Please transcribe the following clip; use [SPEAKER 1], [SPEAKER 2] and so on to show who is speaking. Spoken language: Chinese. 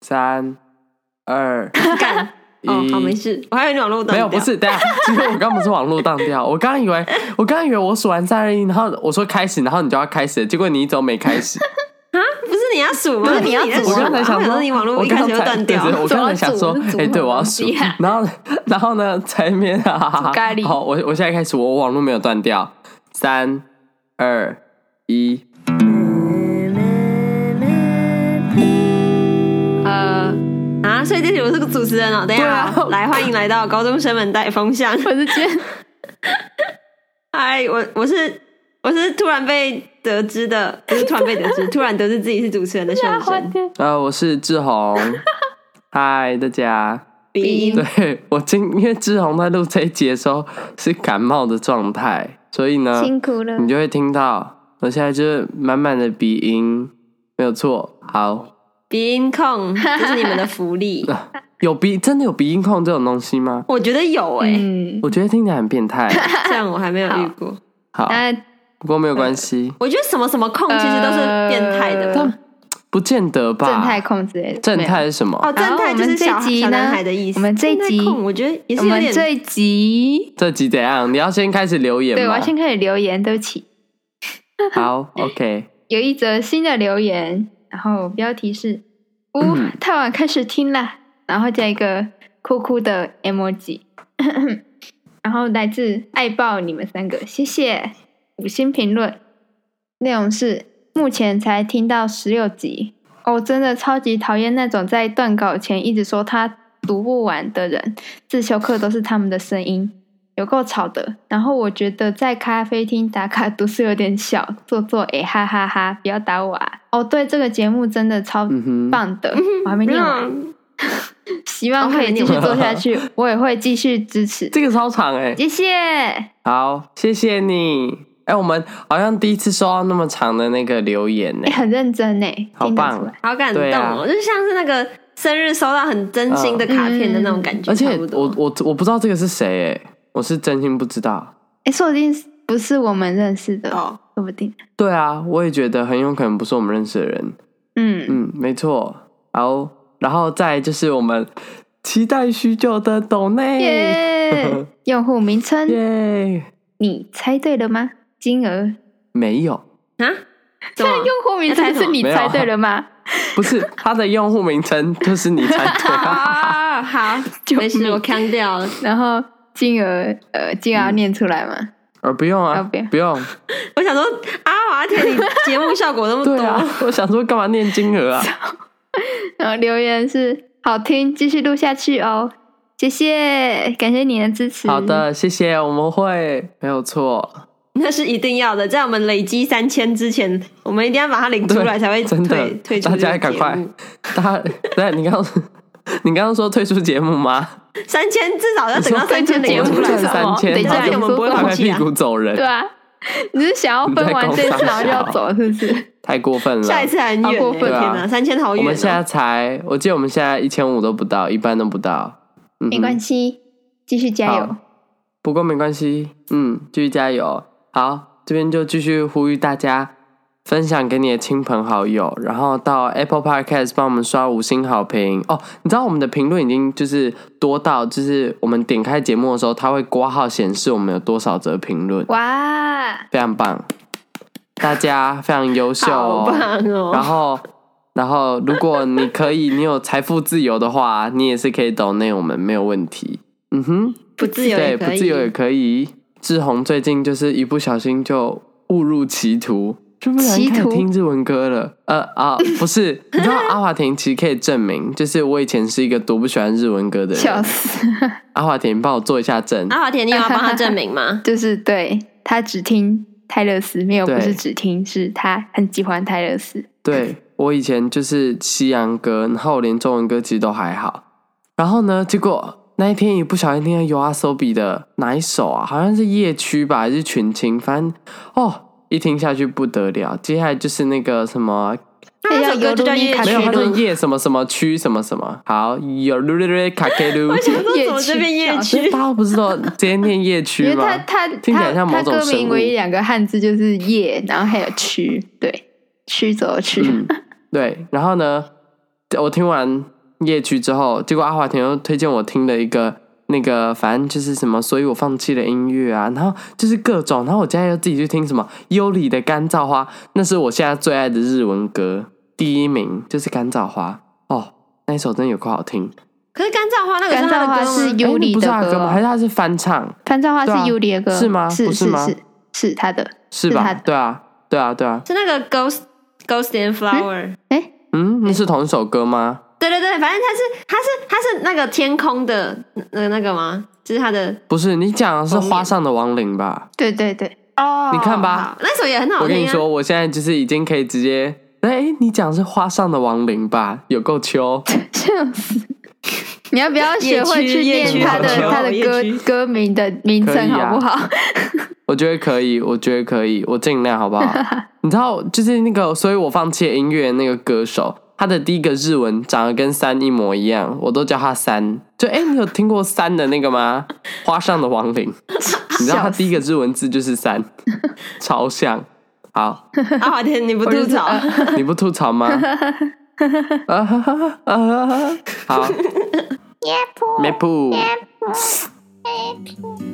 [SPEAKER 1] 三、二、
[SPEAKER 2] 干
[SPEAKER 1] 一。
[SPEAKER 3] 嗯
[SPEAKER 2] 哦，好没事，我还以为你网络断
[SPEAKER 1] 没有，
[SPEAKER 2] 掉
[SPEAKER 1] 不是，等一下，其实我刚不是网络当掉，我刚以为，我刚以为我数完三二一，然后我说开始，然后你就要开始，结果你一直都没开 始。
[SPEAKER 2] 啊，不是你要数吗？
[SPEAKER 3] 不是
[SPEAKER 2] 你
[SPEAKER 3] 你要
[SPEAKER 2] 在
[SPEAKER 3] 数
[SPEAKER 2] 数
[SPEAKER 1] 我刚才
[SPEAKER 2] 啊
[SPEAKER 1] 想
[SPEAKER 2] 我
[SPEAKER 1] 说，
[SPEAKER 2] 你网络
[SPEAKER 1] 我
[SPEAKER 2] 一开
[SPEAKER 1] 刚
[SPEAKER 2] 始就
[SPEAKER 1] 才
[SPEAKER 2] 断掉
[SPEAKER 1] 对，对我刚才想
[SPEAKER 3] 我
[SPEAKER 1] 说
[SPEAKER 3] 要煮我要，煮
[SPEAKER 1] 哎，对，
[SPEAKER 3] 我
[SPEAKER 1] 我
[SPEAKER 3] 要
[SPEAKER 1] 要
[SPEAKER 3] 煮
[SPEAKER 1] 数，
[SPEAKER 2] 啊
[SPEAKER 1] 然后，然后呢，才没哈哈哈
[SPEAKER 3] 煮咖喱
[SPEAKER 1] 啊好，我我现在开始，我网络没有断掉，三二一，
[SPEAKER 3] 呃，
[SPEAKER 2] 啊，所以这题我是个主持人哦。等一下啊
[SPEAKER 1] 对啊，
[SPEAKER 2] 来欢迎来到高中生们带风 向。
[SPEAKER 3] 我 是觉得
[SPEAKER 2] 嗨，我我是我是突然被得知的，不是突然被得 知，突然得知自己是主持人的秀
[SPEAKER 3] 大花
[SPEAKER 2] 珍。
[SPEAKER 3] 的
[SPEAKER 1] 呃，我是志 宏，嗨，大家。
[SPEAKER 2] 鼻音
[SPEAKER 1] 对 我今因为志宏在录这一集的时候是感冒的状态，所以呢，
[SPEAKER 3] 辛苦了
[SPEAKER 1] 你，就会听到我现在就是满满的鼻音，没有错。好，啊
[SPEAKER 2] 鼻音控，这是你们的福 利。
[SPEAKER 1] 有鼻真的有鼻音控这种东西吗？
[SPEAKER 2] 我觉得有哎、
[SPEAKER 3] 嗯，
[SPEAKER 1] 我觉得听起来很变 态。
[SPEAKER 2] 这样我还没有遇过。
[SPEAKER 1] 好，
[SPEAKER 3] 那
[SPEAKER 1] 不过没有
[SPEAKER 3] 呃
[SPEAKER 1] 关系，
[SPEAKER 2] 我觉得什么什么控其实都是变态的吧。
[SPEAKER 3] 呃
[SPEAKER 1] 不见得吧？
[SPEAKER 3] 正太控之类的，
[SPEAKER 1] 正
[SPEAKER 3] 没有
[SPEAKER 1] 太是什么？
[SPEAKER 2] 哦，正
[SPEAKER 3] 好
[SPEAKER 2] 太
[SPEAKER 3] 我
[SPEAKER 2] 就
[SPEAKER 3] 们
[SPEAKER 2] 是小
[SPEAKER 3] 这集
[SPEAKER 2] 小
[SPEAKER 3] 呢
[SPEAKER 2] 男孩的意思。
[SPEAKER 3] 我们这
[SPEAKER 2] 正太
[SPEAKER 3] 集
[SPEAKER 2] 控我觉得也
[SPEAKER 3] 我
[SPEAKER 2] 是有
[SPEAKER 3] 们
[SPEAKER 2] 点
[SPEAKER 3] 这一集，
[SPEAKER 1] 这集怎样？你要先开始留言
[SPEAKER 3] 对我
[SPEAKER 1] 吗
[SPEAKER 3] 要？先开始留言，对不起，
[SPEAKER 1] 好，OK。
[SPEAKER 3] 有一则新的留言，然后标题是“呜、
[SPEAKER 1] 嗯
[SPEAKER 3] 太晚开始听啦”，然后加一个哭哭的 emoji，然后来自爱爆你们三个，谢谢五星评论。内容是目前才听到十六集，哦，真的超级讨厌那种在断稿前一直说他读不完的人，自修课都是他们的声音。有够吵的。然后我觉得在咖啡厅打卡读书有点小做作，哎、哈哈哈不要打我啊！哦，对，这个节目真的超
[SPEAKER 1] 嗯哼
[SPEAKER 3] 棒的，我还没
[SPEAKER 2] 没
[SPEAKER 3] 念完，
[SPEAKER 2] 有啊
[SPEAKER 3] 希望可以继续做下去，我也会继续支持，
[SPEAKER 2] 哦
[SPEAKER 1] 这个超长哎、
[SPEAKER 3] 谢谢。
[SPEAKER 1] 好，谢谢你。哎、我们好像第一次收到那么长的那个留言欸呢、
[SPEAKER 3] 哎、很认真哎，
[SPEAKER 1] 好
[SPEAKER 3] 听得
[SPEAKER 1] 棒
[SPEAKER 3] 出来。
[SPEAKER 2] 好感动
[SPEAKER 1] 对啊
[SPEAKER 2] 哦，就像是那个生日收到很真心的卡片的那种感觉，
[SPEAKER 1] 而且
[SPEAKER 2] 差不多
[SPEAKER 1] 我我我不知道这个是谁诶、我是真心不知道。
[SPEAKER 3] 哎、说不定不是我们认识的，
[SPEAKER 2] 哦，
[SPEAKER 3] 说不定。
[SPEAKER 1] 对啊，我也觉得很有可能不是我们认识的人。
[SPEAKER 3] 嗯，
[SPEAKER 1] 嗯，没错。好，然后再来就是我们期待许久的抖
[SPEAKER 3] 嗯
[SPEAKER 1] 内，
[SPEAKER 3] 耶！ 用户名称，
[SPEAKER 1] 耶，
[SPEAKER 3] 你猜对了吗？金额？
[SPEAKER 1] 没有，
[SPEAKER 2] 啊，怎么？
[SPEAKER 3] 用户名称是你
[SPEAKER 1] 要猜什
[SPEAKER 3] 猜
[SPEAKER 1] 么
[SPEAKER 3] 对了 吗？
[SPEAKER 1] 不是他的用户名称，就是你猜 对。
[SPEAKER 3] 啊，好，救
[SPEAKER 2] 没事，
[SPEAKER 3] 命
[SPEAKER 2] 我看掉了。
[SPEAKER 3] 然后金额，呃，金额要念出来吗？
[SPEAKER 1] 呃，不用啊
[SPEAKER 3] 要不要，
[SPEAKER 1] 不用。
[SPEAKER 2] 我想说，阿华田，你节目效果那么
[SPEAKER 1] 对啊
[SPEAKER 2] 多，，
[SPEAKER 1] 我想说干嘛念金 额啊？
[SPEAKER 3] 然后留言是好听，继续录下去哦，谢谢，感谢你的支持。
[SPEAKER 1] 好，的，谢谢，我们会没有错。
[SPEAKER 2] 那是一定要的。在我们累积三千之前，我们一定要把它领出来，
[SPEAKER 1] 对
[SPEAKER 2] 才会
[SPEAKER 1] 真的
[SPEAKER 2] 哎退退出
[SPEAKER 1] 大
[SPEAKER 2] 这
[SPEAKER 1] 家
[SPEAKER 2] 个
[SPEAKER 1] 赶
[SPEAKER 2] 节
[SPEAKER 1] 快
[SPEAKER 2] 目。
[SPEAKER 1] 大家，对，你刚 刚你刚刚说退出节目吗？
[SPEAKER 2] 三千至少要等到
[SPEAKER 1] 你说
[SPEAKER 2] 三千
[SPEAKER 1] 我
[SPEAKER 2] 领
[SPEAKER 3] 节
[SPEAKER 1] 们
[SPEAKER 3] 目
[SPEAKER 2] 出来
[SPEAKER 1] 赚
[SPEAKER 3] 是什
[SPEAKER 2] 吧。
[SPEAKER 1] 三
[SPEAKER 3] 么
[SPEAKER 1] 千，
[SPEAKER 3] 等一下
[SPEAKER 1] 然后
[SPEAKER 3] 你
[SPEAKER 2] 们不 会
[SPEAKER 1] 拍
[SPEAKER 2] 放
[SPEAKER 1] 拍
[SPEAKER 2] 弃
[SPEAKER 1] 屁
[SPEAKER 2] 啊
[SPEAKER 1] 股走人，
[SPEAKER 3] 对啊， 你是想要分完这次然后就要走，是不是？
[SPEAKER 1] 太过分了。
[SPEAKER 2] 下一次还很远、
[SPEAKER 3] 好过
[SPEAKER 2] 欸，
[SPEAKER 3] 分
[SPEAKER 2] 天
[SPEAKER 1] 对啊
[SPEAKER 2] 哪，三千好
[SPEAKER 1] 我
[SPEAKER 2] 远、
[SPEAKER 1] 们现在
[SPEAKER 2] 哦！
[SPEAKER 1] 才，我记得我们现在一千五都不到，一半都不到。嗯哼
[SPEAKER 3] 没关系，继续加油
[SPEAKER 1] 好。不过没关系，嗯，继续加油。好，这边就继续呼吁大家分享给你的亲朋好友，然后到 Apple Podcast 帮我们刷五星好评哦。你知道我们的评论已经就是多到，就是我们点开节目的时候，它会挂号显示我们有多少则评论，
[SPEAKER 3] 哇，
[SPEAKER 1] 非常棒，大家非常优秀
[SPEAKER 2] 好
[SPEAKER 1] 哦。
[SPEAKER 2] 棒
[SPEAKER 1] 然
[SPEAKER 2] 哦！
[SPEAKER 1] 后，然后，如果你可以，你有财富自由的话，你也是可以 donate 我们，没有问题。嗯哼，
[SPEAKER 2] 不自由
[SPEAKER 1] 对，
[SPEAKER 2] 也
[SPEAKER 1] 不
[SPEAKER 2] 可
[SPEAKER 1] 自由也
[SPEAKER 2] 以，
[SPEAKER 1] 可以。志宏最近就是一不小心就误入歧途，就不然
[SPEAKER 3] 歧
[SPEAKER 1] 开始
[SPEAKER 3] 途
[SPEAKER 1] 听日文歌了。呃 啊，不是，你知道阿华田其实可以证明，就是我以前是一个多不喜欢日文歌的
[SPEAKER 3] 笑
[SPEAKER 1] 人。
[SPEAKER 3] 死，？
[SPEAKER 1] 阿华田，你帮我做一下证。
[SPEAKER 2] 阿华田，你有要帮他证明吗
[SPEAKER 3] 就是对他只听泰勒斯，没有
[SPEAKER 1] 对
[SPEAKER 3] 不是只听，是他很喜欢泰勒斯。
[SPEAKER 1] 对我以前就是西洋歌，然后我连中文歌其实都还好。然后呢，结果那一天也不小心听到 u a s o b i 的哪一首啊？好像是夜曲吧，还是群青？反正哦，一听下去不得了。接下来就是那个什么，
[SPEAKER 2] 那首歌就叫夜
[SPEAKER 3] 卡
[SPEAKER 1] 没
[SPEAKER 2] 曲
[SPEAKER 1] 哎有，它是
[SPEAKER 2] 吗？
[SPEAKER 1] 夜什么什么区什么什么。好，有噜噜噜卡克噜
[SPEAKER 2] 我，想说怎么这边夜
[SPEAKER 1] 其实
[SPEAKER 2] 曲？
[SPEAKER 1] 大家不是都直接念夜
[SPEAKER 3] 因
[SPEAKER 1] 区
[SPEAKER 3] 为
[SPEAKER 1] 吗？
[SPEAKER 3] 他他
[SPEAKER 1] 听起来像某
[SPEAKER 3] 他他
[SPEAKER 1] 种
[SPEAKER 3] 歌
[SPEAKER 1] 生
[SPEAKER 3] 名
[SPEAKER 1] 物
[SPEAKER 3] 唯一两个汉字就是夜，然后还有
[SPEAKER 1] 嗯
[SPEAKER 3] 曲，对，曲走的曲，
[SPEAKER 1] 嗯，对。然后呢，我听完夜区之后，结果阿华田又推荐我听了一个那个，反正就是什么，所以我放弃了音乐啊，然后就是各种，然后我现在又自己去听什么《优里的干燥花》，那是我现在最爱的日文歌，第一名就是《干燥花》哦，那一首真的有够好听。
[SPEAKER 2] 可是干燥花那个是
[SPEAKER 3] 干燥
[SPEAKER 2] 他
[SPEAKER 3] 花
[SPEAKER 2] 的歌
[SPEAKER 3] 是
[SPEAKER 2] 吗？
[SPEAKER 1] 哎
[SPEAKER 3] 尤
[SPEAKER 1] 那
[SPEAKER 3] 里
[SPEAKER 1] 不是
[SPEAKER 3] 的
[SPEAKER 1] 他的歌吗？还
[SPEAKER 3] 歌，
[SPEAKER 1] 是他是翻唱？
[SPEAKER 3] 干燥花
[SPEAKER 1] 对啊
[SPEAKER 3] 是尤里的歌，
[SPEAKER 1] 是吗
[SPEAKER 3] 是
[SPEAKER 1] 不是
[SPEAKER 3] 是
[SPEAKER 1] 吗
[SPEAKER 3] 是是他的，
[SPEAKER 1] 是
[SPEAKER 3] 是他
[SPEAKER 1] 吧？
[SPEAKER 3] 的
[SPEAKER 1] 对啊，对啊，对啊。
[SPEAKER 2] 是那个 Ghost Ghost and Flower。
[SPEAKER 3] 哎，
[SPEAKER 1] 嗯，那是同一首歌吗？
[SPEAKER 2] 对对对，反正他是他是他是那个天空的呃那那个吗？就是他的
[SPEAKER 1] 不是，你讲的是
[SPEAKER 2] 封面
[SPEAKER 1] 花上的亡灵吧？
[SPEAKER 3] 对对对，哦
[SPEAKER 1] 你看吧
[SPEAKER 2] 那首也很好听、啊。
[SPEAKER 1] 我跟你 说，我现在就是已经可以直接，哎、你讲是花上的亡灵吧？有够秋，
[SPEAKER 3] 笑死！你要不要学会去
[SPEAKER 2] 夜
[SPEAKER 1] 区
[SPEAKER 3] 念他的
[SPEAKER 1] 夜区
[SPEAKER 3] 他的
[SPEAKER 2] 夜
[SPEAKER 3] 歌
[SPEAKER 2] 区
[SPEAKER 3] 歌名的名
[SPEAKER 1] 可以
[SPEAKER 3] 称
[SPEAKER 1] 啊
[SPEAKER 3] 好不好？
[SPEAKER 1] 我觉得可以，我觉得可以，我尽量好 不好？你知道，就是那个，所以我放弃了音乐的那个歌手，他的第一个日文长得跟三一模一样，我都叫他三。就哎、你有听过三的那个 吗？花上的亡灵，你知道他第一个日文字就是 三，超像。好，
[SPEAKER 2] 阿华啊田，你不吐槽？
[SPEAKER 3] 我就是
[SPEAKER 1] 你不吐槽吗？啊哈哈哈啊哈哈！好，咩噗咩噗。